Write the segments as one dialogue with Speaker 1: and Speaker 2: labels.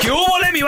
Speaker 1: ¿Qué hubo, le, mi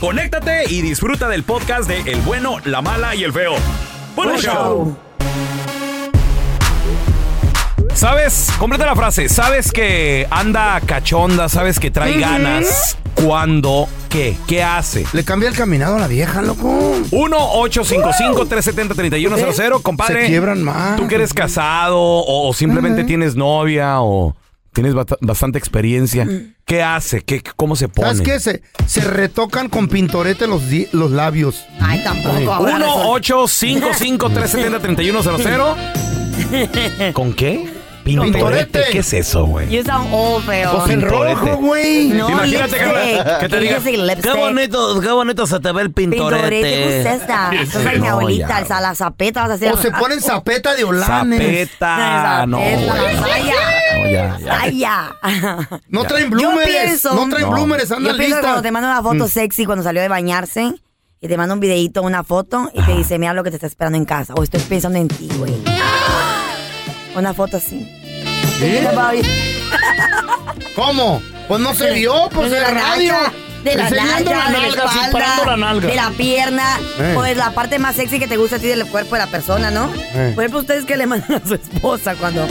Speaker 1: conéctate y disfruta del podcast de El bueno, la mala y el feo. Buen show. ¿Sabes? Completa la frase. ¿Sabes que anda cachonda? ¿Sabes que trae ganas? ¿Cuándo? ¿Qué? ¿Qué hace?
Speaker 2: Le cambia el caminado a la vieja, loco.
Speaker 1: 1-855-370-3100, compadre.
Speaker 2: Se quiebran más.
Speaker 1: ¿Tú que eres casado o, o simplemente tienes novia o tienes bata- bastante experiencia? ¿Qué hace? ¿Qué, ¿Cómo se pone?
Speaker 2: Mm. ¿Sabes qué? Se, se retocan con pintorete los, di- los labios.
Speaker 3: Ay, tampoco. ahora resulta-
Speaker 1: 1-855-370-3100. ¿Con qué? Pintorete.
Speaker 2: Pintorete.
Speaker 1: ¿Qué es eso, güey?
Speaker 3: You sound old, Oh, feo.
Speaker 2: Pues el
Speaker 1: Pintorete.
Speaker 2: rojo, güey.
Speaker 3: No,
Speaker 1: Imagínate que-
Speaker 3: lipstick.
Speaker 1: que te diga,
Speaker 3: Lipstick, lipstick.
Speaker 4: qué bonito se te ve el
Speaker 3: Pintorete, ¿qué es esta? Esa es mi
Speaker 1: No,
Speaker 3: abuelita,
Speaker 1: ya.
Speaker 3: esa, la zapeta. vas a hacer-
Speaker 2: O se ponen zapeta de holanes.
Speaker 1: Zapeta.
Speaker 3: Esa,
Speaker 1: Ah, No,
Speaker 3: es la
Speaker 1: güey.
Speaker 3: saya,
Speaker 1: No, ya, ya.
Speaker 3: saya.
Speaker 2: No traen
Speaker 3: Yo
Speaker 2: blúmeres.
Speaker 3: pienso-
Speaker 2: no traen
Speaker 1: No.
Speaker 2: blúmeres, andan
Speaker 3: Yo pienso que cuando
Speaker 2: listas.
Speaker 3: te manda una
Speaker 2: Mm.
Speaker 3: foto sexy cuando salió de bañarse y te manda un videito, una foto y te dice, mira lo que te está esperando en casa o estoy pensando en ti, güey.
Speaker 2: ¡Ah!
Speaker 3: Una foto así.
Speaker 2: ¿Cómo? Pues no se vio, pues
Speaker 3: de
Speaker 2: en la radio.
Speaker 3: nalga, De la
Speaker 2: Enseñando
Speaker 3: nalga,
Speaker 2: la
Speaker 3: de la
Speaker 2: nalga, sí,
Speaker 3: espalda,
Speaker 2: parando la nalga.
Speaker 3: de la pierna,
Speaker 2: Eh.
Speaker 3: pues la parte más sexy que te gusta a ti del cuerpo de la persona, ¿no?
Speaker 2: Eh. Mm.
Speaker 3: Por ejemplo, ustedes que le mandan a su esposa cuando,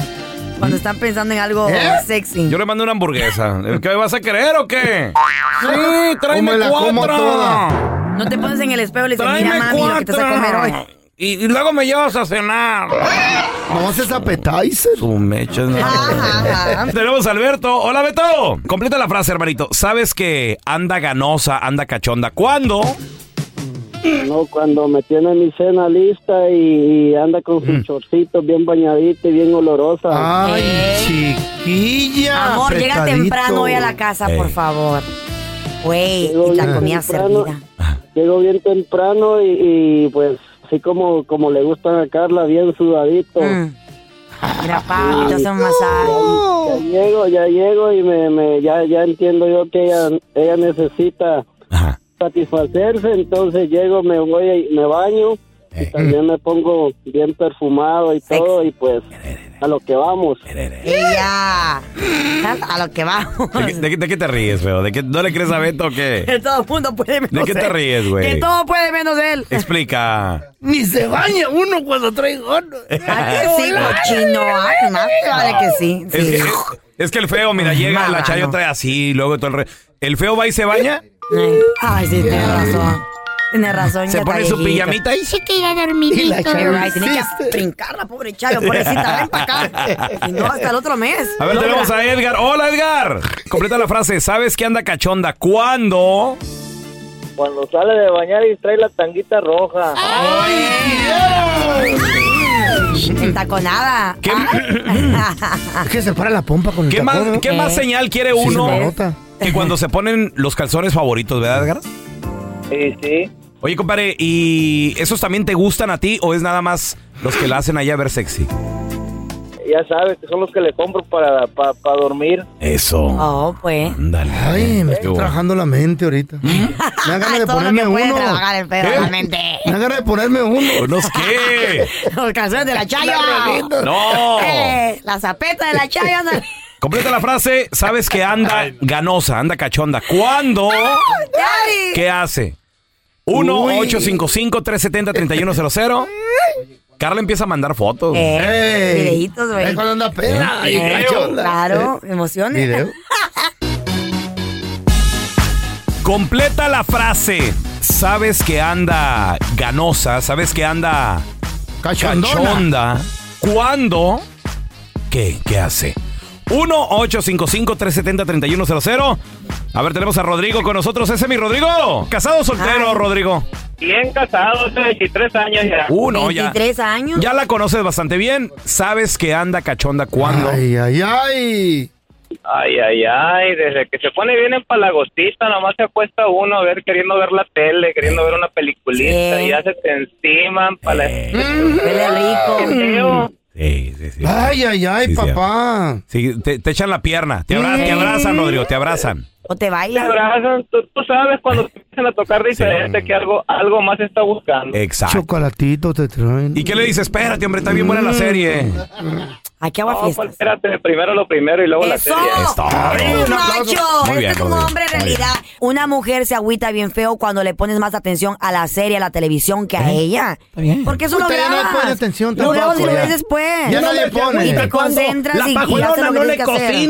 Speaker 3: cuando están pensando en algo
Speaker 2: ¿Eh?
Speaker 3: sexy.
Speaker 1: Yo le mandé una hamburguesa. ¿Qué vas a querer o qué? Sí, tráeme
Speaker 2: me la como
Speaker 1: cuatro.
Speaker 2: toda.
Speaker 3: No te pones en el espejo y le dices,
Speaker 1: Tráeme
Speaker 3: mira mami, lo que te vas a comer hoy.
Speaker 1: cuatro. Y, y luego me llevas a cenar.
Speaker 2: No haces appetizer.
Speaker 1: Tú me echas la-
Speaker 3: Ajá, ajá.
Speaker 1: Tenemos a Alberto. Hola, Beto. Completa la frase, hermanito. Sabes que anda ganosa, anda cachonda. ¿Cuándo?
Speaker 5: No, cuando me tiene mi cena lista y, y anda con sus chorcitos bien bañadita y bien olorosa.
Speaker 2: Ay,
Speaker 3: Eh.
Speaker 2: chiquilla.
Speaker 3: Amor, llega
Speaker 2: apretadito.
Speaker 3: temprano hoy a la casa, por
Speaker 1: Ey.
Speaker 3: favor. Güey,
Speaker 5: Llego
Speaker 3: y la
Speaker 5: bien
Speaker 3: comida
Speaker 5: temprano.
Speaker 3: servida.
Speaker 5: Llego bien temprano y, y, pues así como, como le gustan a Carla, bien sudadito.
Speaker 3: Mm. Mira, papi, te hace un masaje.
Speaker 5: Ya llego, ya llego y me, me- ya, ya entiendo yo que ella, ella necesita
Speaker 1: Ajá.
Speaker 5: satisfacerse, entonces llego, me voy y me baño
Speaker 1: Mm.
Speaker 5: y también me pongo bien perfumado y
Speaker 3: Sexy.
Speaker 5: todo y pues a lo que vamos.
Speaker 3: Ella. A lo que vamos.
Speaker 1: ¿De, qué- de qué- de qué te ríes, feo? ¿De qué, ¿No le crees a Beto o qué?
Speaker 3: Que todo el mundo puede menos
Speaker 1: ¿De qué te
Speaker 3: él.
Speaker 1: ríes, güey?
Speaker 3: Que todo puede menos él.
Speaker 1: Explica.
Speaker 2: Ni se baña uno cuando trae gordo.
Speaker 3: Ay, que sí, cochino. Ay, más te vale que sí.
Speaker 1: Es,
Speaker 3: sí.
Speaker 1: que, es que el feo, mira, llega, la
Speaker 3: Marrano.
Speaker 1: chayo trae así, y luego todo el re... El feo va y se baña,
Speaker 3: Ay, Ay, sí, tienes razón. Tienes razón.
Speaker 1: se
Speaker 3: ya
Speaker 1: pone
Speaker 3: está
Speaker 1: su
Speaker 3: viejito.
Speaker 1: pijamita y...
Speaker 2: Y la
Speaker 3: You're
Speaker 2: chava
Speaker 3: right, Tiene que
Speaker 2: insiste.
Speaker 3: brincar la pobre Chayo, pobrecita, ven para acá. Y no hasta el otro mes.
Speaker 1: A ver,
Speaker 3: Logra.
Speaker 1: tenemos a Edgar. Hola, Edgar. Completa la frase. ¿Sabes que anda cachonda? ¿Cuándo?
Speaker 5: Cuando sale de bañar y trae la tanguita roja.
Speaker 3: Ah. Sin taconada.
Speaker 1: ¿Qué,
Speaker 2: Ah.
Speaker 3: Ah.
Speaker 2: Es que se para la pompa con el
Speaker 1: qué más,
Speaker 2: tacón, ¿no?
Speaker 1: qué más señal quiere
Speaker 2: Eh. Sí,
Speaker 1: uno
Speaker 2: se nota.
Speaker 1: que cuando se ponen los calzones favoritos, verdad, Edgar?
Speaker 5: Sí, sí.
Speaker 1: Oye, compadre, ¿y esos también te gustan a ti o es nada más los que la hacen allá ver sexy?
Speaker 5: Ya sabes que son los que le compro para, para, dormir.
Speaker 1: Eso.
Speaker 3: Oh, pues.
Speaker 1: Ándale.
Speaker 2: Ay, me
Speaker 1: Qué
Speaker 2: está
Speaker 1: bueno.
Speaker 2: trabajando la mente ahorita. Me da ganas de
Speaker 3: Todo lo que
Speaker 2: ponerme
Speaker 3: puede
Speaker 2: uno.
Speaker 3: trabajar el pedo,
Speaker 1: ¿Eh?
Speaker 3: la mente.
Speaker 2: Me da ganas de ponerme uno.
Speaker 1: ¿Unos qué?
Speaker 3: Los calzones de la Chayo.
Speaker 1: ¡No!
Speaker 3: Eh, la zapeta de la Chayo. anda-
Speaker 1: Completa la frase. ¿Sabes que anda ganosa, anda cachonda? ¿Cuándo?
Speaker 3: Daddy.
Speaker 1: ¿Qué hace? 1-855-370-3100. Carla empieza a mandar fotos.
Speaker 3: Eh,
Speaker 2: Ey.
Speaker 3: videitos, güey.
Speaker 2: Es cuando anda peda.
Speaker 1: Eh,
Speaker 2: y
Speaker 1: video.
Speaker 2: ¿Eh? cachonda.
Speaker 3: Claro,
Speaker 2: Eh,
Speaker 3: emociones.
Speaker 2: Video.
Speaker 1: Completa la frase. Sabes que anda ganosa, sabes que anda
Speaker 2: Cachondona.
Speaker 1: cachonda. ¿Cuándo? ¿Qué? ¿Qué hace? 1-855-370-3100. A ver, tenemos a Rodrigo con nosotros. Ese es mi Rodrigo. ¿Casado o soltero,
Speaker 3: Ay.
Speaker 1: Rodrigo?
Speaker 5: Bien casado, 23 años ya.
Speaker 1: Uno, ya.
Speaker 3: 23 años.
Speaker 1: Ya la conoces bastante bien. Sabes que anda cachonda cuándo.
Speaker 2: Ay, ay, ay.
Speaker 5: Ay, ay, ay, desde que se pone bien empalagostita, nomás se acuesta uno a ver, queriendo ver la tele, queriendo ver una peliculita,
Speaker 3: Sí.
Speaker 5: y ya se te enciman para
Speaker 3: Huele rico.
Speaker 1: Sí, sí, sí.
Speaker 2: Ay, ay, ay,
Speaker 1: Sí, sí.
Speaker 2: papá.
Speaker 1: Sí, te, te echan la pierna. Te, abra- te abrazan, Rodrigo, te abrazan.
Speaker 3: O te
Speaker 5: Te
Speaker 3: baila.
Speaker 5: abrazan, tú, tú sabes cuando te empiezan a tocar diferente que algo, algo más está buscando.
Speaker 3: Eh.
Speaker 1: Exacto.
Speaker 2: Chocolatito te traen.
Speaker 1: ¿Y qué le dices? Espérate, hombre, está bien buena
Speaker 4: Mm.
Speaker 1: la serie.
Speaker 3: Aquí agua
Speaker 5: No, pues,
Speaker 3: fiestas.
Speaker 5: espérate, primero lo primero y luego la
Speaker 3: ¡Eso!
Speaker 5: serie.
Speaker 1: Es todo.
Speaker 3: ¡Ay,
Speaker 1: Un aplauso.
Speaker 3: macho!
Speaker 1: Muy bien,
Speaker 3: Esto es un
Speaker 1: Rodrigo.
Speaker 3: hombre en
Speaker 1: Muy bien.
Speaker 3: realidad. Una mujer se agüita bien feo cuando le pones más atención a la serie, a la televisión que a ella. Porque eso lo
Speaker 2: Puta, ya no
Speaker 3: grabas.
Speaker 2: le pones atención
Speaker 3: Lo grabas y
Speaker 2: tampoco,
Speaker 3: lo
Speaker 2: ya.
Speaker 3: ves después.
Speaker 2: Ya nadie pone.
Speaker 3: Y te concentras y, y haces lo que tienes que hacer.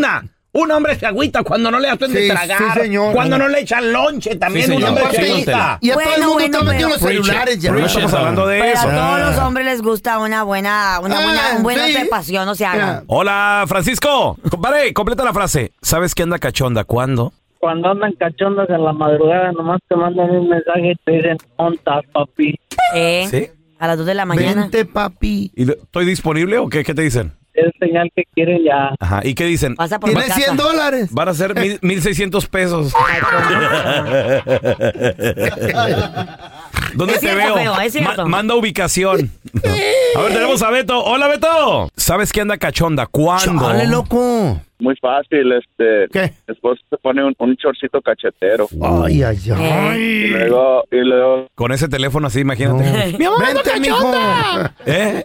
Speaker 4: Un hombre se agüita cuando no le hacen
Speaker 2: Sí, sí, señor.
Speaker 4: le echan lonche.
Speaker 1: Sí, señor.
Speaker 2: Aparte,
Speaker 4: se
Speaker 1: Sí,
Speaker 4: agüita.
Speaker 2: Y a todo el
Speaker 3: Bueno,
Speaker 2: mundo
Speaker 3: bueno,
Speaker 2: está metido en los
Speaker 3: bueno.
Speaker 2: celulares ya.
Speaker 1: No estamos hablando de
Speaker 3: Pero
Speaker 1: eso.
Speaker 3: a todos los hombres les gusta una buena, una buena,
Speaker 2: Ah,
Speaker 3: un buena
Speaker 2: sí. Ah.
Speaker 3: trepación, o sea, hagan.
Speaker 1: Hola, Francisco. Compadre, completa la frase. ¿Sabes qué anda cachonda? ¿Cuándo?
Speaker 5: Cuando andan cachondas en la madrugada, nomás te mandan un mensaje y te dicen, onta, papi.
Speaker 3: ¿Eh?
Speaker 1: Sí.
Speaker 3: A las 2 de la mañana.
Speaker 2: Vente, papi.
Speaker 1: ¿Y lo- ¿Estoy disponible o qué? ¿Qué te dicen?
Speaker 5: Es señal que quieren ya.
Speaker 1: Ajá. ¿Y qué dicen?
Speaker 3: Pasa por mi
Speaker 2: Tienes
Speaker 3: casa.
Speaker 2: 100 dólares.
Speaker 1: Van a ser mil- 1600 pesos. ¿Dónde
Speaker 3: Es
Speaker 1: te
Speaker 3: cierto,
Speaker 1: veo?
Speaker 3: feo, es cierto.
Speaker 1: manda ubicación. A ver, tenemos a Beto. Hola, Beto. ¿Sabes qué anda cachonda? ¿Cuándo?
Speaker 2: Chale, loco.
Speaker 6: Muy fácil, este.
Speaker 2: ¿Qué?
Speaker 6: Después se pone un, un chorcito cachetero.
Speaker 2: Ay, ay, ay.
Speaker 3: Eh.
Speaker 6: Y luego, y luego,
Speaker 1: Con ese teléfono así, imagínate.
Speaker 2: Vente, mijo.
Speaker 1: ¿Eh?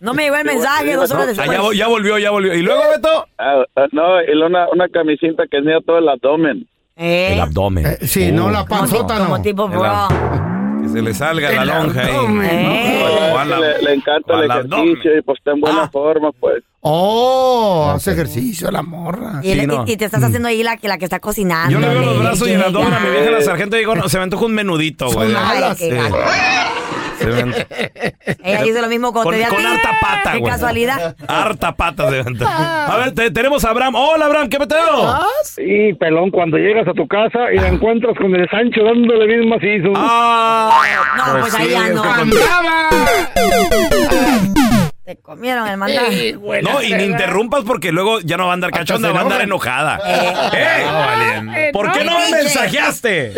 Speaker 3: No me llegó el mensaje dos horas
Speaker 1: Ah,
Speaker 3: después.
Speaker 1: ya, vol- ya volvió, ya volvió. ¿Y luego, Beto?
Speaker 6: ah, ah, no, y luego una, una camisita que enseña todo el abdomen.
Speaker 3: Eh,
Speaker 1: El abdomen.
Speaker 2: Eh, sí, no,
Speaker 1: Oh.
Speaker 2: la
Speaker 3: como,
Speaker 2: panzota
Speaker 3: tipo- como
Speaker 2: no.
Speaker 3: tipo,
Speaker 1: El
Speaker 3: bro.
Speaker 1: ab- Que se le salga la lonja
Speaker 3: Eh.
Speaker 1: ahí. O Oh, a la-
Speaker 6: Pues, le, le encanta
Speaker 1: o al
Speaker 6: el
Speaker 1: abdomen.
Speaker 6: ejercicio y pues está en buena
Speaker 1: Ah.
Speaker 6: forma, pues.
Speaker 2: Oh, hace ejercicio la morra.
Speaker 3: Y,
Speaker 1: Sí,
Speaker 3: le- y-
Speaker 1: no. Mm.
Speaker 3: y te estás haciendo ahí la, que- la que está cocinando.
Speaker 1: Yo le veo los brazos y el abdomen a mi vieja, la
Speaker 6: Eh.
Speaker 1: sargento, y digo, no, se me antoja un menudito, güey.
Speaker 3: Ay, qué
Speaker 1: Sí.
Speaker 3: gacho.
Speaker 1: Se me antoja.
Speaker 3: Ella dice lo mismo cuando
Speaker 1: Con,
Speaker 3: te diga,
Speaker 1: con harta pata,
Speaker 3: Qué
Speaker 1: güey.
Speaker 3: casualidad.
Speaker 1: Harta pata se levanta. A ver, te- tenemos a Abraham. Hola, Abraham, ¿qué meteo?
Speaker 2: Oh.
Speaker 5: Sí, pelón, cuando llegas a tu casa y la encuentras con el Sancho dándole bien macizo.
Speaker 1: Ah,
Speaker 3: No, pues ahí
Speaker 1: sí,
Speaker 3: ya
Speaker 1: es
Speaker 3: no.
Speaker 1: que con-
Speaker 3: Te comieron el mandado.
Speaker 1: No, y ni interrumpas porque luego ya no va a andar cachonda,
Speaker 2: se
Speaker 1: va a andar
Speaker 2: enoja.
Speaker 1: enojada. ¡Eh! ¿Por qué no me mensajeaste?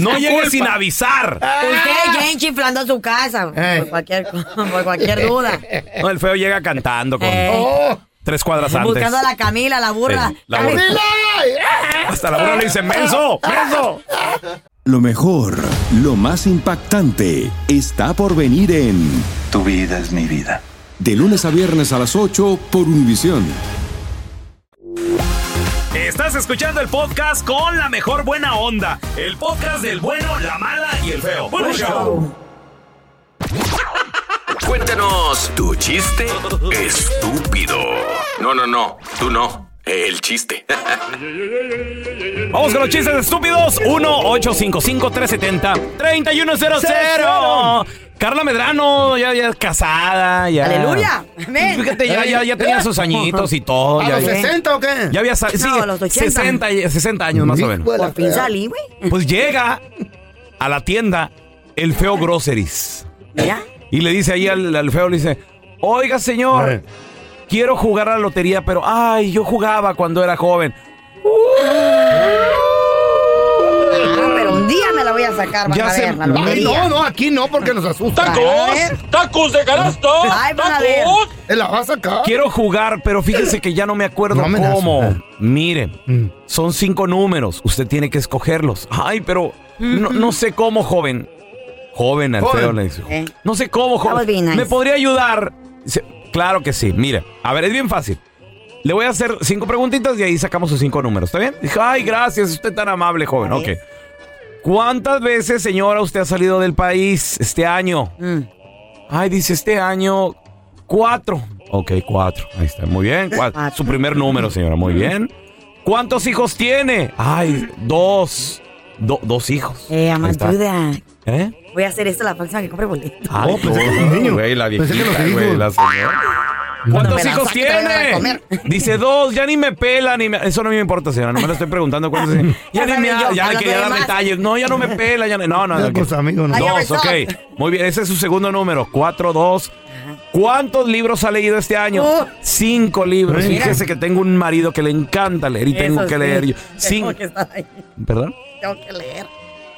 Speaker 1: No llegues sin avisar.
Speaker 3: Ustedes lleguen chiflando a su casa
Speaker 2: Eh.
Speaker 3: por, cualquier, co- por cualquier duda.
Speaker 1: No, el feo llega cantando con
Speaker 3: Eh.
Speaker 2: Oh,
Speaker 1: tres cuadras antes.
Speaker 3: Buscando a la Camila, la burla.
Speaker 1: Sí, la burla. Hasta la burla le dice, menso, menso.
Speaker 7: Lo mejor, lo más impactante, está por venir en
Speaker 8: Tu vida es mi vida.
Speaker 7: de lunes a viernes a las 8 por Univisión.
Speaker 1: Estás escuchando el podcast con la mejor buena onda. El podcast del bueno, la mala y el feo. Bueno, show.
Speaker 9: Cuéntanos tu chiste estúpido. No, no, no, tú no. El chiste.
Speaker 1: Vamos con los chistes estúpidos. 1-855-370-3100. Carla Medrano, ya, ya es casada. Ya.
Speaker 3: Aleluya. Amén.
Speaker 1: Fíjate, ya, ya, ya tenía sus añitos y todo.
Speaker 2: ¿A
Speaker 1: Ya,
Speaker 2: los
Speaker 1: ya,
Speaker 2: 60 o qué?
Speaker 1: ya había sa-
Speaker 3: No,
Speaker 1: sí,
Speaker 3: a los 80.
Speaker 1: 60, y- 60 años más o menos.
Speaker 3: Por fin salí, güey.
Speaker 1: Pues llega a la tienda el feo Groceries.
Speaker 3: Mira.
Speaker 1: Y le dice ahí al, al feo, le dice, oiga señor, quiero jugar a la lotería, pero ay, yo jugaba cuando era joven.
Speaker 3: Ah, pero un día me la voy a sacar, van
Speaker 1: Ya
Speaker 3: a
Speaker 1: se-
Speaker 3: ver, la
Speaker 2: Ay,
Speaker 3: lotería.
Speaker 2: no, no, aquí no, porque nos asusta.
Speaker 3: ¡Tacos!
Speaker 9: ¡Tacos de canasto!
Speaker 3: Ay, van a ver.
Speaker 2: Te la vas a sacar.
Speaker 1: Quiero jugar, pero fíjese que ya no me acuerdo
Speaker 2: No Ah. amenazo.
Speaker 1: cómo. Mire,
Speaker 2: Mm.
Speaker 1: son cinco números, usted tiene que escogerlos. Ay, pero no, no sé cómo, joven. Joven, al
Speaker 2: Joven.
Speaker 1: feo le dice.
Speaker 3: Eh.
Speaker 1: No sé cómo,
Speaker 3: That
Speaker 1: joven.
Speaker 3: would be nice.
Speaker 1: ¿Me podría ayudar? Dice, claro que sí, mire. A ver, es bien fácil. Le voy a hacer cinco preguntitas y ahí sacamos sus cinco números, ¿está bien? Dijo, ay, gracias, usted tan amable, joven.
Speaker 3: A
Speaker 1: Ok.
Speaker 3: ver.
Speaker 1: ¿Cuántas veces, señora, usted ha salido del país este año?
Speaker 3: Mm.
Speaker 1: Ay, dice este año cuatro. Ok, cuatro. Ahí está. Muy bien. cua-
Speaker 3: Cuatro.
Speaker 1: Su primer número, señora. Muy bien. ¿Cuántos hijos tiene? Ay, dos. Do- dos hijos.
Speaker 3: Eh, ama,
Speaker 1: Ahí está.
Speaker 3: ayuda.
Speaker 1: ¿Eh?
Speaker 3: Voy a hacer esto la próxima que compre boleto.
Speaker 1: Ay,
Speaker 2: Oh, pensé que
Speaker 1: no,
Speaker 2: los niños.
Speaker 1: Güey, la
Speaker 2: Pensé que los
Speaker 1: viejita, güey,
Speaker 2: hijos.
Speaker 1: la señora.
Speaker 3: me
Speaker 1: ¿Cuántos
Speaker 3: la
Speaker 1: hijos
Speaker 3: saque, todavía me la voy a
Speaker 1: tiene? Dice dos, ya ni me pela, ni me- eso no me importa, señora, no me lo estoy preguntando cuántos tiene. Ya ni me ha- ya
Speaker 3: Hablando
Speaker 1: quería
Speaker 3: de
Speaker 1: dar
Speaker 3: más.
Speaker 1: detalles. No, ya no me pela, ya no. No, no, no.
Speaker 2: Ya con sus amigos, ¿no?
Speaker 3: Ay,
Speaker 1: Dos, ok.
Speaker 3: Ay,
Speaker 1: Muy bien, ese es su segundo número, cuatro, dos. ¿Cuántos libros ha leído este año?
Speaker 3: Oh.
Speaker 1: Cinco libros.
Speaker 2: Mira.
Speaker 1: Fíjese que tengo un marido que le encanta leer y tengo
Speaker 3: Eso
Speaker 1: que
Speaker 3: sí.
Speaker 1: leer yo.
Speaker 3: Tengo
Speaker 1: Cinco.
Speaker 3: que estar ahí.
Speaker 1: ¿Perdón?
Speaker 3: Tengo que leer.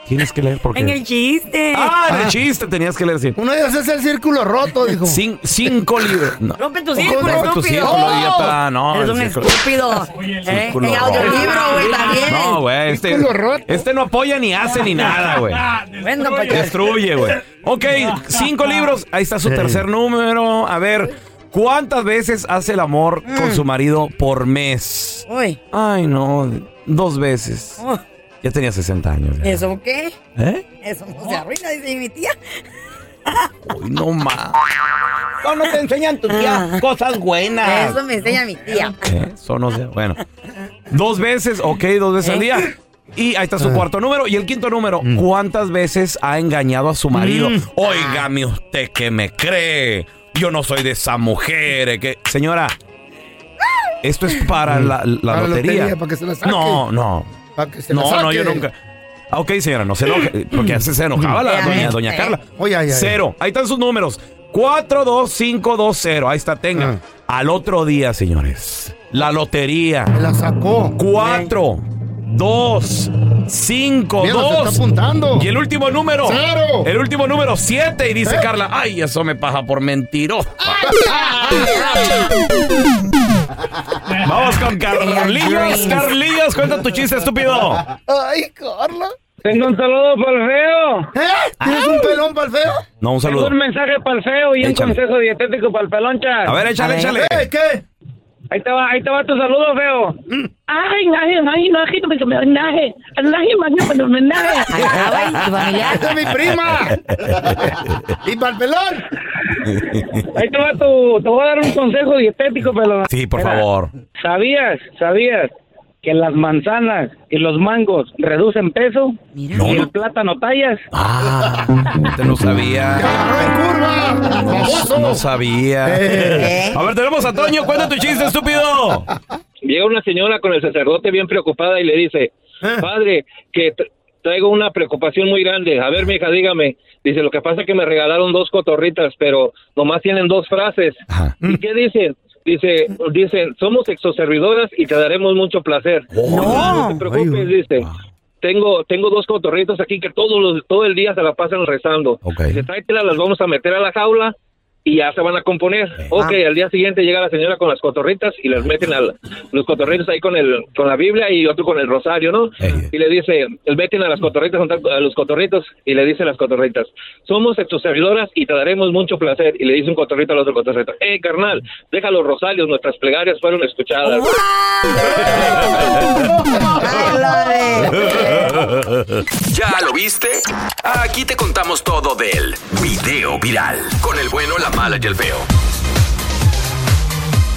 Speaker 1: Tienes que leer
Speaker 3: En el
Speaker 1: porque.
Speaker 3: chiste.
Speaker 1: Ah, en el chiste tenías que leer sí.
Speaker 2: Uno de ellos es el círculo roto, dijo.
Speaker 1: Cin- cinco libros. No.
Speaker 3: Rompe tu
Speaker 1: Ojo,
Speaker 3: círculo,
Speaker 1: rompe tu
Speaker 3: estúpido.
Speaker 1: círculo, idiota. No,
Speaker 3: Eres
Speaker 1: el
Speaker 3: un
Speaker 1: círculo.
Speaker 3: estúpido. Eh,
Speaker 1: círculo
Speaker 3: En
Speaker 1: rojo.
Speaker 3: audiolibro, güey, también.
Speaker 1: No, güey, este,
Speaker 2: Círculo roto.
Speaker 1: este no apoya ni hace ni nada, güey.
Speaker 3: Bueno, pues ya.
Speaker 1: Destruye, güey. Ok, cinco libros. Ahí está su tercer número. A ver, ¿cuántas veces hace el amor
Speaker 3: Mm.
Speaker 1: con su marido por mes?
Speaker 3: Uy.
Speaker 1: Ay, no, dos veces.
Speaker 3: oh,
Speaker 1: Ya tenía 60 años. ya.
Speaker 3: ¿Eso qué?
Speaker 1: ¿Eh?
Speaker 3: Eso no se arruina, dice mi tía.
Speaker 1: Uy, no más.
Speaker 4: No, no te enseñan tu
Speaker 2: Ah.
Speaker 4: tía cosas
Speaker 1: Ah.
Speaker 4: buenas.
Speaker 3: Eso me enseña mi tía.
Speaker 1: ¿Eh? Eso no sé. Bueno, dos veces, ok, dos veces
Speaker 2: ¿Eh?
Speaker 1: al día. Y ahí
Speaker 2: Ah.
Speaker 1: está su cuarto número. Y el quinto número,
Speaker 2: Mm.
Speaker 1: ¿cuántas veces ha engañado a su marido? Óigame usted que me cree. Yo no soy de esa mujer. eh, Que... Señora, esto es para la, la
Speaker 2: Mm. Para la
Speaker 1: lotería.
Speaker 2: lotería, para que se la saque.
Speaker 1: No, no.
Speaker 2: Para que se la
Speaker 1: No, no,
Speaker 2: saque.
Speaker 1: yo nunca. Ah, ok, señora, no se enoje. Porque se, se enojaba la
Speaker 3: Ya
Speaker 1: doña,
Speaker 3: ves,
Speaker 1: doña
Speaker 3: eh.
Speaker 1: Carla.
Speaker 2: Oye, ay, ay, ay.
Speaker 1: Cero. Ahí están sus números. 42520. Ahí está, tenga.
Speaker 2: Ah.
Speaker 1: Al otro día, señores. La lotería.
Speaker 2: Me la sacó.
Speaker 1: 4, 2, 5,
Speaker 2: Mira, se está
Speaker 1: 2.
Speaker 2: apuntando.
Speaker 1: Y el último número.
Speaker 2: Cero.
Speaker 1: El último número, 7. Y dice
Speaker 2: ¿Eh?
Speaker 1: Carla, ay, eso me pasa por mentirosa. Vamos con Carlillos. Carlillos, cuenta tu chiste, estúpido.
Speaker 2: Ay, Carla.
Speaker 5: Tengo un saludo para el feo.
Speaker 2: ¿Eh? ¿Tienes un pelón para el feo?
Speaker 1: No, un saludo.
Speaker 5: mensaje para el feo y
Speaker 1: un Échale. consejo
Speaker 5: dietético para el peloncha.
Speaker 1: A ver, échale, échale.
Speaker 2: ¿Eh? ¿Qué?
Speaker 5: Ahí te va, ahí te va tu saludo, feo. Ay, naje, naje, naje, no me naje, naje, naje, naje, naje.
Speaker 3: Ay, ay, tu familiar.
Speaker 2: ¡Esta es mi prima! ¿Y para el pelón?
Speaker 5: Ahí te va tu, te voy a dar un consejo dietético, pelón.
Speaker 1: Sí, por
Speaker 5: Mira,
Speaker 1: favor.
Speaker 5: ¿Sabías, sabías que las manzanas y los mangos reducen peso?
Speaker 3: Mira.
Speaker 5: Y el plátano tallas.
Speaker 1: Ah, te lo sabía.
Speaker 2: ¡Agarró en curva! ¡Baboso!
Speaker 1: No sabía.
Speaker 3: Eh.
Speaker 1: A ver, tenemos a Toño. Cuenta tu chiste, estúpido.
Speaker 5: Llega una señora con el sacerdote bien preocupada y le dice, padre, que tra- traigo una preocupación muy grande. A ver, mija, dígame. Dice, lo que pasa es que me regalaron dos cotorritas, pero nomás tienen dos frases.
Speaker 1: Ajá.
Speaker 5: ¿Y qué dicen? Dice, dicen, somos exoservidoras y te daremos mucho placer. No te
Speaker 2: Ay,
Speaker 5: preocupes, dice. Tengo, tengo dos cotorritos aquí que todos los, todo el día se la pasan rezando.
Speaker 1: Ok.
Speaker 5: Dice, tráetela, las vamos a meter a la jaula y ya se van a componer. Ok, al día siguiente llega la señora con las cotorritas y las meten a los cotorritos ahí con el con la Biblia y otro con el rosario, ¿no?
Speaker 1: Ey.
Speaker 5: Y le dice, meten a las cotorritas, a los cotorritos y le dice a las cotorritas, somos tus servidoras y te daremos mucho placer. Y le dice un cotorrito al otro cotorrito, eh, carnal, deja los rosarios, nuestras plegarias fueron escuchadas.
Speaker 3: Oh, Ay, lo de-
Speaker 9: ¿Ya lo viste? Aquí te contamos todo del video viral. Con el bueno, la mala y el feo.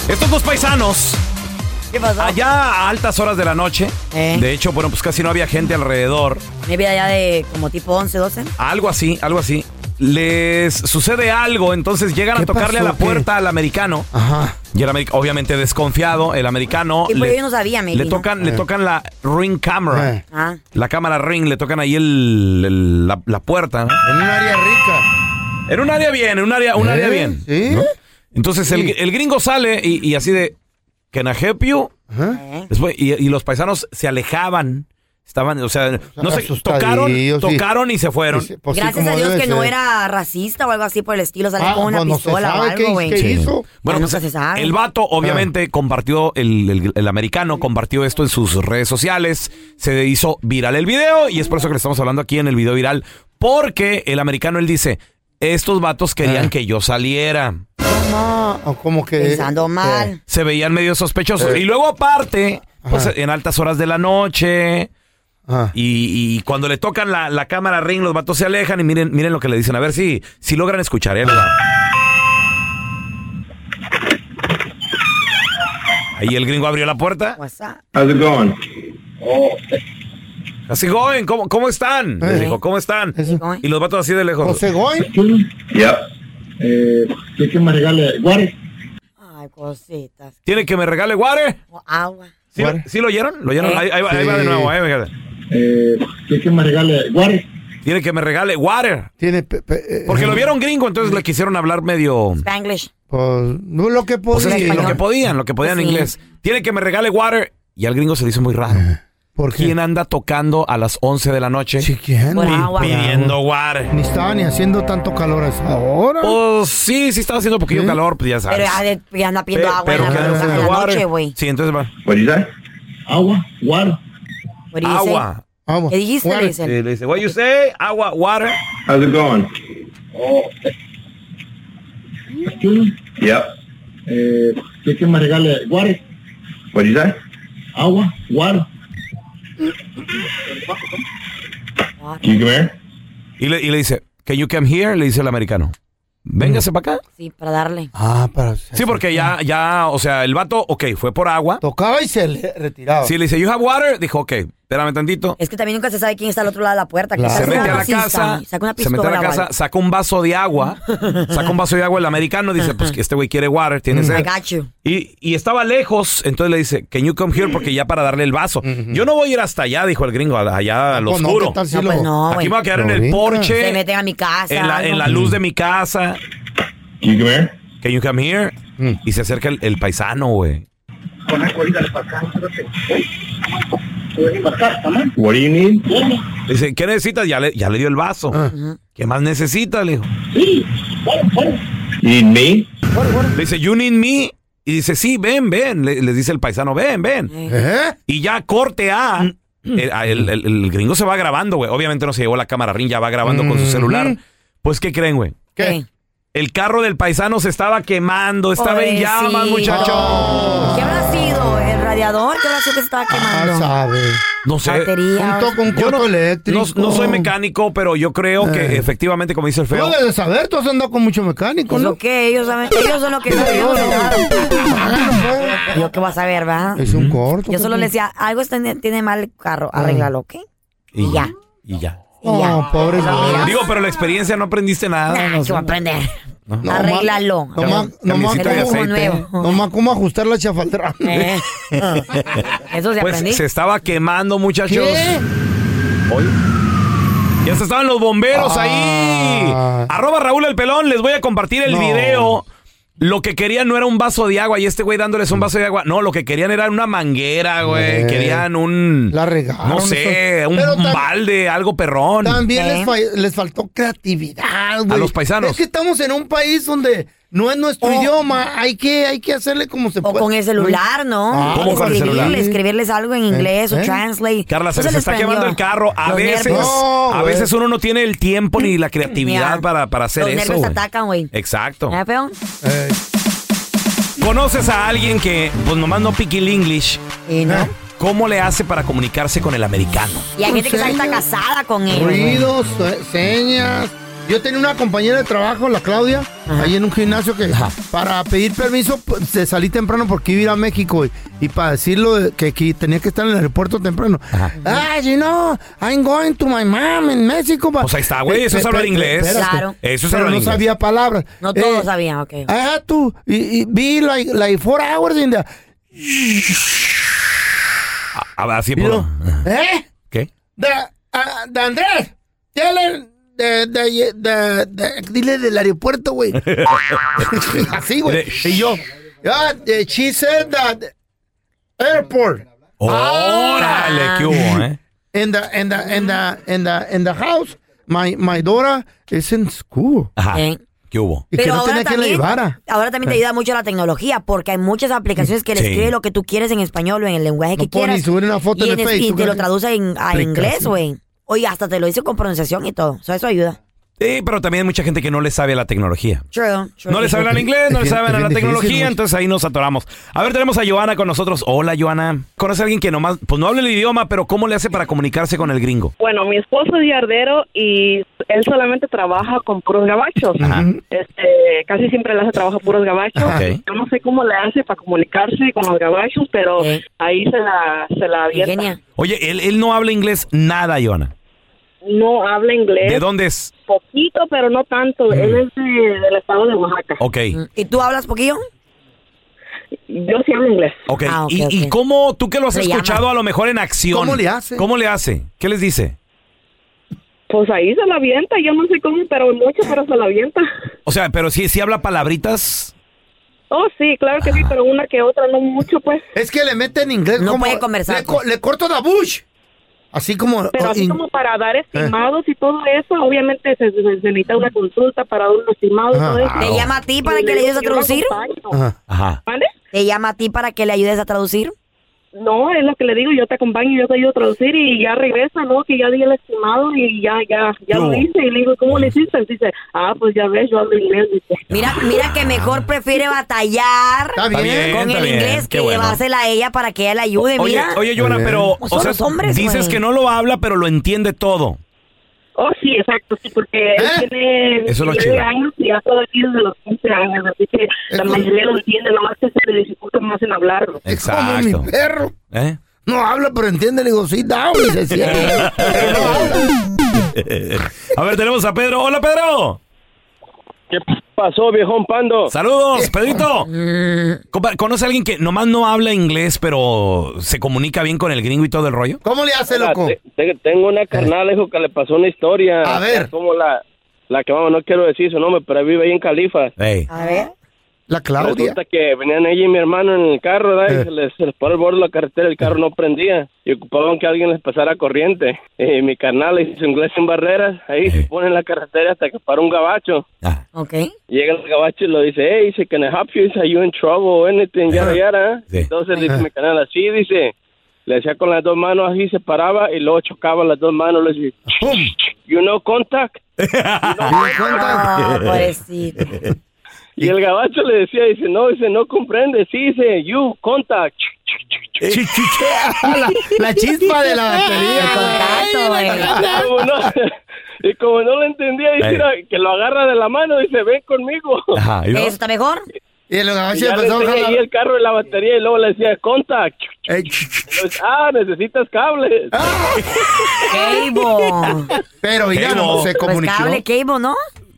Speaker 1: Estos dos paisanos,
Speaker 3: ¿Qué pasó?
Speaker 1: allá a altas horas de la noche,
Speaker 3: Eh.
Speaker 1: de hecho, bueno, pues casi no había gente alrededor,
Speaker 3: Me vi allá de como tipo 11, 12.
Speaker 1: algo así, algo así. Les sucede algo, entonces llegan a
Speaker 2: ¿Qué
Speaker 1: tocarle
Speaker 2: pasó?
Speaker 1: a la
Speaker 2: ¿Qué?
Speaker 1: puerta al americano.
Speaker 2: Ajá.
Speaker 1: Y el americano, obviamente desconfiado, el americano.
Speaker 3: Sí, pues yo no sabía, me Eh.
Speaker 1: Le
Speaker 3: dijo.
Speaker 1: tocan, le tocan la ring camera.
Speaker 2: Eh.
Speaker 3: Ah.
Speaker 1: La cámara ring, le tocan ahí el, el- la, la puerta. ¿no?
Speaker 2: En un área rica.
Speaker 1: En un área bien, en un área, un área
Speaker 2: ¿Eh?
Speaker 1: bien.
Speaker 2: ¿Sí?
Speaker 1: ¿no? Entonces el,
Speaker 2: Sí.
Speaker 1: el gringo sale y, y así de, ¿can I help you?
Speaker 2: Ajá.
Speaker 3: ¿Eh?
Speaker 1: Después, y, y los paisanos se alejaban. Estaban, o sea, no sé, tocaron,
Speaker 2: Asustadillos, sí.
Speaker 1: tocaron y se fueron.
Speaker 2: Sí, pues sí,
Speaker 3: Gracias
Speaker 2: como
Speaker 3: a Dios
Speaker 2: debe
Speaker 3: que no
Speaker 2: ser.
Speaker 3: era racista o algo así por el estilo. Salía
Speaker 2: Ah,
Speaker 3: con una
Speaker 2: pues no se
Speaker 3: pistola o
Speaker 2: sabe qué-
Speaker 3: algo, güey.
Speaker 2: qué hizo.
Speaker 1: Bueno,
Speaker 3: Ay,
Speaker 1: pues,
Speaker 3: nunca se sabe.
Speaker 1: el vato obviamente compartió, el, el- el americano compartió esto en sus redes sociales, se hizo viral el video y es por eso que le estamos hablando aquí en el video viral, porque el americano, él dice, estos vatos querían
Speaker 2: Ah.
Speaker 1: que yo saliera.
Speaker 2: Ah, o como que...
Speaker 3: Pensando mal.
Speaker 1: Se veían medio sospechosos. Y luego aparte, pues
Speaker 2: Ajá.
Speaker 1: en altas horas de la noche,
Speaker 2: Ajá.
Speaker 1: Y, y cuando le tocan la, la cámara ring, los vatos se alejan y miren, miren lo que le dicen. A ver si, si logran escuchar. ¿eh? Ahí les va. Ahí el gringo abrió la puerta.
Speaker 10: How's it going?
Speaker 1: Así, going, ¿cómo, cómo están? Les dijo, ¿cómo están? Y los vatos así de lejos.
Speaker 10: Eh. José Eh, ¿Qué que me regale? ¿Guare?
Speaker 3: Ay, cositas.
Speaker 1: ¿Tiene que me regale guare?
Speaker 3: O agua.
Speaker 1: ¿Sí, sí lo oyeron? ¿Lo oyeron?
Speaker 3: ¿Eh?
Speaker 1: Ahí, ahí va, ahí va de
Speaker 10: Sí.
Speaker 1: nuevo, eh, fíjate.
Speaker 10: Eh, ¿Qué que me regale? ¿Guare? Eh.
Speaker 1: Tiene que me regale water.
Speaker 2: Tiene eh,
Speaker 1: Porque lo vieron gringo, entonces le quisieron hablar medio...
Speaker 3: Spanglish.
Speaker 2: Pues, no lo que
Speaker 1: O
Speaker 2: podía.
Speaker 1: sea, sí, lo que podían, lo que podían en
Speaker 2: Sí.
Speaker 1: inglés. Tiene que me regale water. Y al gringo se le hizo muy raro.
Speaker 2: ¿Por
Speaker 1: ¿Quién anda tocando a las 11 de la noche? Sí,
Speaker 2: ¿quién? Por agua.
Speaker 1: Pidiendo water.
Speaker 2: Ni estaba ni haciendo tanto calor a esa hora.
Speaker 1: Pues sí, sí estaba haciendo poquillo
Speaker 2: Sí.
Speaker 1: calor, pues ya sabes.
Speaker 3: Pero ya, de- ya anda pidiendo
Speaker 1: Pe-
Speaker 3: agua en la,
Speaker 1: pero que
Speaker 3: madrugada,
Speaker 1: anda
Speaker 3: en la
Speaker 1: water.
Speaker 3: noche, güey.
Speaker 1: Sí, entonces va.
Speaker 10: ¿Agua? ¿Guare?
Speaker 3: What do you say?
Speaker 1: Agua.
Speaker 2: Agua.
Speaker 3: ¿Qué dijiste? Le dicen.
Speaker 1: Sí, le dice, what you say? Agua, water.
Speaker 10: How's it going? Yep. Eh, ¿Qué que me regale? ¿Guare? What did you say? ¿Agua? ¿Guare?
Speaker 1: Eh.
Speaker 10: Can you come here?
Speaker 1: Y le, y le dice, can you come here? Le dice el americano.
Speaker 2: Mm.
Speaker 1: Véngase para acá.
Speaker 3: Sí, para darle.
Speaker 2: Ah, para.
Speaker 1: Sí, porque ya, ya, o sea, el vato, ok, fue por agua.
Speaker 2: Tocaba y se le retiraba.
Speaker 1: Sí, le dice, you have water. Dijo, ok, espérame tantito.
Speaker 3: Es que también nunca se sabe quién está al otro lado de la puerta. que
Speaker 1: Claro.
Speaker 3: tal sea
Speaker 1: Se mete a
Speaker 3: un
Speaker 1: la
Speaker 3: racista,
Speaker 1: casa,
Speaker 3: y Saca una
Speaker 1: se
Speaker 3: pistola.
Speaker 1: mete a la
Speaker 3: o
Speaker 1: casa,
Speaker 3: algo.
Speaker 1: saca un vaso de agua, saca un vaso de agua el americano, dice, pues que este güey quiere water,
Speaker 2: Mm.
Speaker 1: tiene sed.
Speaker 3: I got you.
Speaker 1: Y, y estaba lejos, entonces le dice, can you come here? Porque ya para darle el vaso. Yo no voy a ir hasta allá, dijo el gringo, a- allá al
Speaker 2: Pues Mm-hmm. no,
Speaker 1: oscuro.
Speaker 2: ¿qué tal si
Speaker 3: No,
Speaker 2: lo-
Speaker 3: pues no,
Speaker 1: Aquí
Speaker 3: güey.
Speaker 1: me voy a quedar en el
Speaker 2: Ahorita.
Speaker 3: Se
Speaker 1: porche,
Speaker 3: meten a mi casa.
Speaker 1: Eh. en la,
Speaker 3: algo.
Speaker 1: en la luz de mi casa.
Speaker 10: Can you come here?
Speaker 1: Can you come here?
Speaker 2: Mm.
Speaker 1: Y se acerca el, el paisano, güey.
Speaker 10: What do you need?
Speaker 1: Le Dice, ¿qué necesitas? Ya le, ya le dio el vaso.
Speaker 2: Ah.
Speaker 1: ¿Qué más necesitas? Le dijo.
Speaker 10: You need me?
Speaker 1: Le dice, you need me. Y dice, sí, ven, ven. Le- les dice el paisano, ven, ven.
Speaker 2: ¿Eh?
Speaker 1: Y ya corte A.
Speaker 3: Mm.
Speaker 1: El, a- el- el- el gringo se va grabando, güey. Obviamente no se llevó la cámara ring, ya va grabando con su
Speaker 3: Mm-hmm.
Speaker 1: celular. Pues, ¿qué creen, güey?
Speaker 3: ¿Qué?
Speaker 1: El carro del paisano se estaba quemando, estaba en llamas,
Speaker 3: Pobrecito.
Speaker 1: muchacho.
Speaker 3: Pues ¿Qué habrá sido? ¿El radiador? ¿Qué habrá sido que se estaba
Speaker 2: Ah,
Speaker 3: quemando?
Speaker 2: sabe.
Speaker 1: No sé.
Speaker 3: Batería.
Speaker 2: Un toco, un
Speaker 1: Yo
Speaker 2: corto
Speaker 1: no,
Speaker 2: eléctrico.
Speaker 1: no, no soy mecánico, pero yo creo que efectivamente, como dice el
Speaker 2: Tú
Speaker 1: feo,
Speaker 2: debes saber, tú has andado con mucho mecánico,
Speaker 3: Pues
Speaker 2: ¿no?
Speaker 3: lo que ellos saben. Ellos son los que saben. ellos
Speaker 2: Ah,
Speaker 3: son- Yo qué vas a ver, ¿verdad?
Speaker 2: pues. Es un corto.
Speaker 3: Yo solo le decía, algo está- tiene mal el carro,
Speaker 2: Ah.
Speaker 3: arréglalo, ¿ok?
Speaker 1: y
Speaker 3: ya.
Speaker 1: Y ya.
Speaker 3: Y ya.
Speaker 2: No, pobre.
Speaker 1: Digo, pero la experiencia no aprendiste
Speaker 2: Ah,
Speaker 1: nada.
Speaker 3: Nah, ¿qué voy a aprender? Arréglalo.
Speaker 2: No más, no más
Speaker 1: Camisita de
Speaker 3: Como
Speaker 2: cómo,
Speaker 1: aceite.
Speaker 3: nuevo.
Speaker 2: no más cómo ajustar la chafaldra.
Speaker 3: Eh. Eso se
Speaker 1: Pues
Speaker 3: aprendí.
Speaker 1: se estaba quemando, muchachos.
Speaker 2: ¿Qué?
Speaker 1: Ya se estaban los bomberos
Speaker 2: Ah.
Speaker 1: ahí. Arroba Raúl el pelón, les voy a compartir el
Speaker 2: No.
Speaker 1: video. Lo que querían no era un vaso de agua y este güey dándoles un vaso de agua. No, lo que querían era una manguera, güey.
Speaker 2: Mm. Eh.
Speaker 1: Querían un.
Speaker 2: La regaron,
Speaker 1: No sé,
Speaker 2: eso.
Speaker 1: un
Speaker 2: Pero tam-
Speaker 1: balde, algo perrón.
Speaker 2: También
Speaker 3: ¿Eh?
Speaker 2: les, fa- les faltó creatividad, güey.
Speaker 1: los paisanos.
Speaker 2: Es que estamos en un país donde no es nuestro
Speaker 3: O-
Speaker 2: idioma. Hay que, hay que hacerle como se
Speaker 3: O
Speaker 2: puede.
Speaker 3: con el celular, ¿no?
Speaker 2: Ah,
Speaker 1: ¿Cómo con el celular?
Speaker 3: Escribirle- Escribirles algo en inglés o
Speaker 2: ¿Eh?
Speaker 3: translate.
Speaker 1: Carla, se
Speaker 3: Eso
Speaker 1: les está
Speaker 3: prendió.
Speaker 1: quemando el carro. A
Speaker 3: Los
Speaker 1: veces,
Speaker 3: nervios.
Speaker 2: No,
Speaker 1: a
Speaker 2: güey.
Speaker 1: veces uno no tiene el tiempo ni la creatividad
Speaker 3: Mira,
Speaker 1: para, para hacer
Speaker 3: Los
Speaker 1: eso.
Speaker 3: nervios te
Speaker 1: güey.
Speaker 3: atacan, Ah. güey.
Speaker 1: Exacto.
Speaker 3: ¿Verdad, feo?
Speaker 2: Eh,
Speaker 1: ¿Conoces a alguien que, pues nomás no pique el English?
Speaker 3: Y no.
Speaker 1: ¿Cómo le hace para comunicarse con el americano?
Speaker 3: Y hay gente que está
Speaker 2: Señas.
Speaker 3: casada con él.
Speaker 2: ruidos, se- señas. Yo tenía una compañera de trabajo, la Claudia, ahí en un gimnasio que
Speaker 1: Ajá.
Speaker 2: para pedir permiso pues, se salí temprano porque iba a ir a México y, y para decirlo de- que, que tenía que estar en el aeropuerto temprano.
Speaker 1: Ajá.
Speaker 2: Ah, you know, I'm going to my mom en México. pa-"
Speaker 1: Pues ahí está, güey, eso es
Speaker 2: Eh,
Speaker 1: hablar
Speaker 2: eh,
Speaker 1: inglés.
Speaker 2: espérate.
Speaker 3: Claro.
Speaker 1: Eso es
Speaker 2: Pero
Speaker 1: hablar
Speaker 2: no
Speaker 1: inglés.
Speaker 2: sabía palabras.
Speaker 3: No todos
Speaker 2: Eh,
Speaker 3: sabían, ok.
Speaker 2: I had to y- y be like, like four hours in the...
Speaker 1: A ver, así
Speaker 2: you
Speaker 1: por-
Speaker 2: know. ¿Eh?
Speaker 1: ¿Qué?
Speaker 2: De, ah, de Andrés, dile, de, de, de, de- dile del aeropuerto, güey. Así, güey.
Speaker 1: De-
Speaker 2: Y yo, ah, eh, she said that airport
Speaker 1: ¡Órale! ¿Qué hubo, eh?
Speaker 2: in the, in the, in the, in the, in the house. My, my daughter is in school.
Speaker 1: Ajá.
Speaker 3: Eh.
Speaker 1: ¿Qué hubo?
Speaker 2: Y que no tenía quien Eh. la llevara.
Speaker 3: ahora también te ayuda mucho la tecnología porque hay muchas aplicaciones que le
Speaker 1: Sí.
Speaker 3: escribe lo que tú quieres en español o en el lenguaje
Speaker 2: No
Speaker 3: que
Speaker 2: puedo ni
Speaker 3: quieras.
Speaker 2: subir una foto
Speaker 3: y
Speaker 2: en el
Speaker 3: es-
Speaker 2: Facebook,
Speaker 3: Y te lo
Speaker 2: ¿verdad?
Speaker 3: traduce en- a
Speaker 2: Aplicación.
Speaker 3: inglés, güey. Oye, hasta te lo dice con pronunciación y todo. O sea, eso ayuda.
Speaker 1: Sí, pero también hay mucha gente que no le sabe a la tecnología.
Speaker 3: True, true.
Speaker 1: No le saben al inglés, no
Speaker 3: Es
Speaker 1: le
Speaker 3: bien-
Speaker 1: saben
Speaker 3: es
Speaker 1: a la
Speaker 3: bien difícil,
Speaker 1: tecnología,
Speaker 3: ¿no?
Speaker 1: entonces ahí nos atoramos. A ver, tenemos a Joana con nosotros. Hola, Joana. ¿Conoce a alguien que nomás, pues no habla el idioma, pero cómo le hace para comunicarse con el gringo?
Speaker 11: Bueno, mi esposo es yardero y él solamente trabaja con puros gabachos. Este, casi siempre le hace trabajo a puros gabachos.
Speaker 1: Ok.
Speaker 11: Yo no sé cómo le hace para comunicarse con los gabachos, pero ahí se la, se la avienta.
Speaker 1: Oye, él, él no habla inglés nada, Joana.
Speaker 11: No habla inglés.
Speaker 1: ¿De dónde es?
Speaker 11: Poquito, pero no tanto. Él es de- del estado de Oaxaca.
Speaker 1: Ok.
Speaker 3: ¿Y tú hablas poquillo?
Speaker 11: Yo sí hablo inglés.
Speaker 1: Ok.
Speaker 11: Ah, ok,
Speaker 1: ¿Y, y
Speaker 11: ok.
Speaker 1: cómo tú que lo has
Speaker 11: Le
Speaker 1: escuchado
Speaker 11: llama.
Speaker 1: a lo mejor en acción?
Speaker 11: ¿Cómo le hace?
Speaker 1: ¿Cómo le hace? ¿Qué les dice?
Speaker 11: Pues ahí se la avienta. Yo no sé cómo, pero mucho, pero se la avienta.
Speaker 1: O sea, pero si, si habla palabritas.
Speaker 11: Oh, sí, claro que sí, pero una que otra, no mucho, pues.
Speaker 2: Es que le mete en inglés
Speaker 11: No
Speaker 2: como...
Speaker 11: puede conversar,
Speaker 2: Le, co-
Speaker 11: pues.
Speaker 2: le corto la bush. Así como... oh,
Speaker 11: Pero así
Speaker 2: in- Eh.
Speaker 11: como para dar estimados y todo eso, obviamente se, se- se necesita una consulta para dar un estimado y todo
Speaker 3: Ah,
Speaker 11: eso.
Speaker 3: ¿Te llama a ti para
Speaker 11: Y
Speaker 3: que le ayudes a
Speaker 11: digo, yo lo
Speaker 3: traducir?
Speaker 11: acompaño.
Speaker 1: Ajá.
Speaker 11: ¿Vale?
Speaker 3: ¿Te llama a ti para que le ayudes a traducir?
Speaker 11: No, es lo que le digo, yo te acompaño, yo te ayudo a traducir y ya regresa, ¿no? Que ya di el estimado y ya, ya, ya
Speaker 3: No.
Speaker 11: lo hice. Y le digo, ¿cómo le hiciste? Dice, ah, pues ya ves, yo hablo inglés. Dice.
Speaker 3: Mira, mira que mejor prefiere batallar
Speaker 1: bien, está
Speaker 3: con el
Speaker 1: bien,
Speaker 3: inglés que
Speaker 1: qué bueno.
Speaker 3: llevársela a ella para que ella le ayude,
Speaker 1: oye,
Speaker 3: Eh, mira.
Speaker 1: oye, Joana, pero
Speaker 3: Pues
Speaker 1: o
Speaker 3: son
Speaker 1: sea,
Speaker 3: los hombres,
Speaker 1: dices
Speaker 3: güey.
Speaker 1: que no lo habla, pero lo entiende todo.
Speaker 11: Oh, sí, exacto, sí, porque
Speaker 10: ¿Eh?
Speaker 11: este, él
Speaker 1: ¿Eh?
Speaker 11: tiene
Speaker 1: Eso es lo
Speaker 11: 19
Speaker 1: chido.
Speaker 11: años y ha estado aquí desde los 15 años, así que la mayoría lo entiende, nomás que se le dificulta más en hablarlo.
Speaker 2: Como mi perro.
Speaker 1: ¿Eh?
Speaker 2: No habla, pero entiende. Le digo, sí, down. Y se siente.
Speaker 1: A ver, tenemos a Pedro. Hola, Pedro.
Speaker 5: ¿Qué pasó, viejón pando?
Speaker 1: Saludos, Pedrito. Compa, ¿Conoce a alguien que nomás no habla inglés, pero se comunica bien con el gringo y todo el rollo?
Speaker 2: ¿Cómo le hace,
Speaker 5: loco? tengo una carnal, hijo, que le pasó una historia. A ver. Como la, la que, vamos, no quiero decir su nombre, pero vive ahí en Califa.
Speaker 3: A ver.
Speaker 2: La Claudia.
Speaker 5: Resulta que venían ella y mi hermano en el carro, ¿verdad? Y se les, se les paró el borde de la carretera, el carro no prendía. Y ocupaban que alguien les pasara corriente. Y mi carnal le hizo inglés sin barreras. Ahí se pone en la carretera hasta que paró un gabacho.
Speaker 3: Ok.
Speaker 5: Llega el gabacho y lo dice, hey, dice, can I help you? Is you in trouble? Anything, yara, yara. ¿eh? Entonces dice mi canal así, dice, le hacía con las dos manos así, se paraba y luego chocaba las dos manos, le decía, you know contact? You know
Speaker 3: contact? Ah,
Speaker 1: Ah,
Speaker 3: pobrecito.
Speaker 5: Y el gabacho le decía, dice, no, dice, no comprende, sí, dice, you contact.
Speaker 2: la, la chispa de la batería.
Speaker 5: Y como no, y como no lo entendía, dice,
Speaker 2: Ey.
Speaker 5: "Mira, que lo agarra de la mano, dice, ven conmigo.
Speaker 3: ¿Eso está mejor?
Speaker 2: Y el
Speaker 5: Y ya le enseñé ahí el carro y la batería y luego le decía, contact. Entonces, ah, necesitas cables.
Speaker 3: Cable.
Speaker 2: Pero ya
Speaker 1: Cable.
Speaker 2: no se
Speaker 1: Pues
Speaker 2: comunicó.
Speaker 3: Cable, cable, ¿no?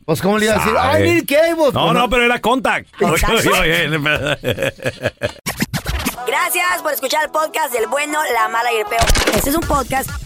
Speaker 2: Pues, ¿cómo le iba a decir?
Speaker 1: Sabe.
Speaker 2: I need cable.
Speaker 3: pues,
Speaker 1: No, no, pero era contact.
Speaker 3: Contact.
Speaker 1: Oye, oye.
Speaker 3: Gracias por escuchar el podcast del bueno, la mala y el peor. Este es un podcast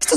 Speaker 12: Esto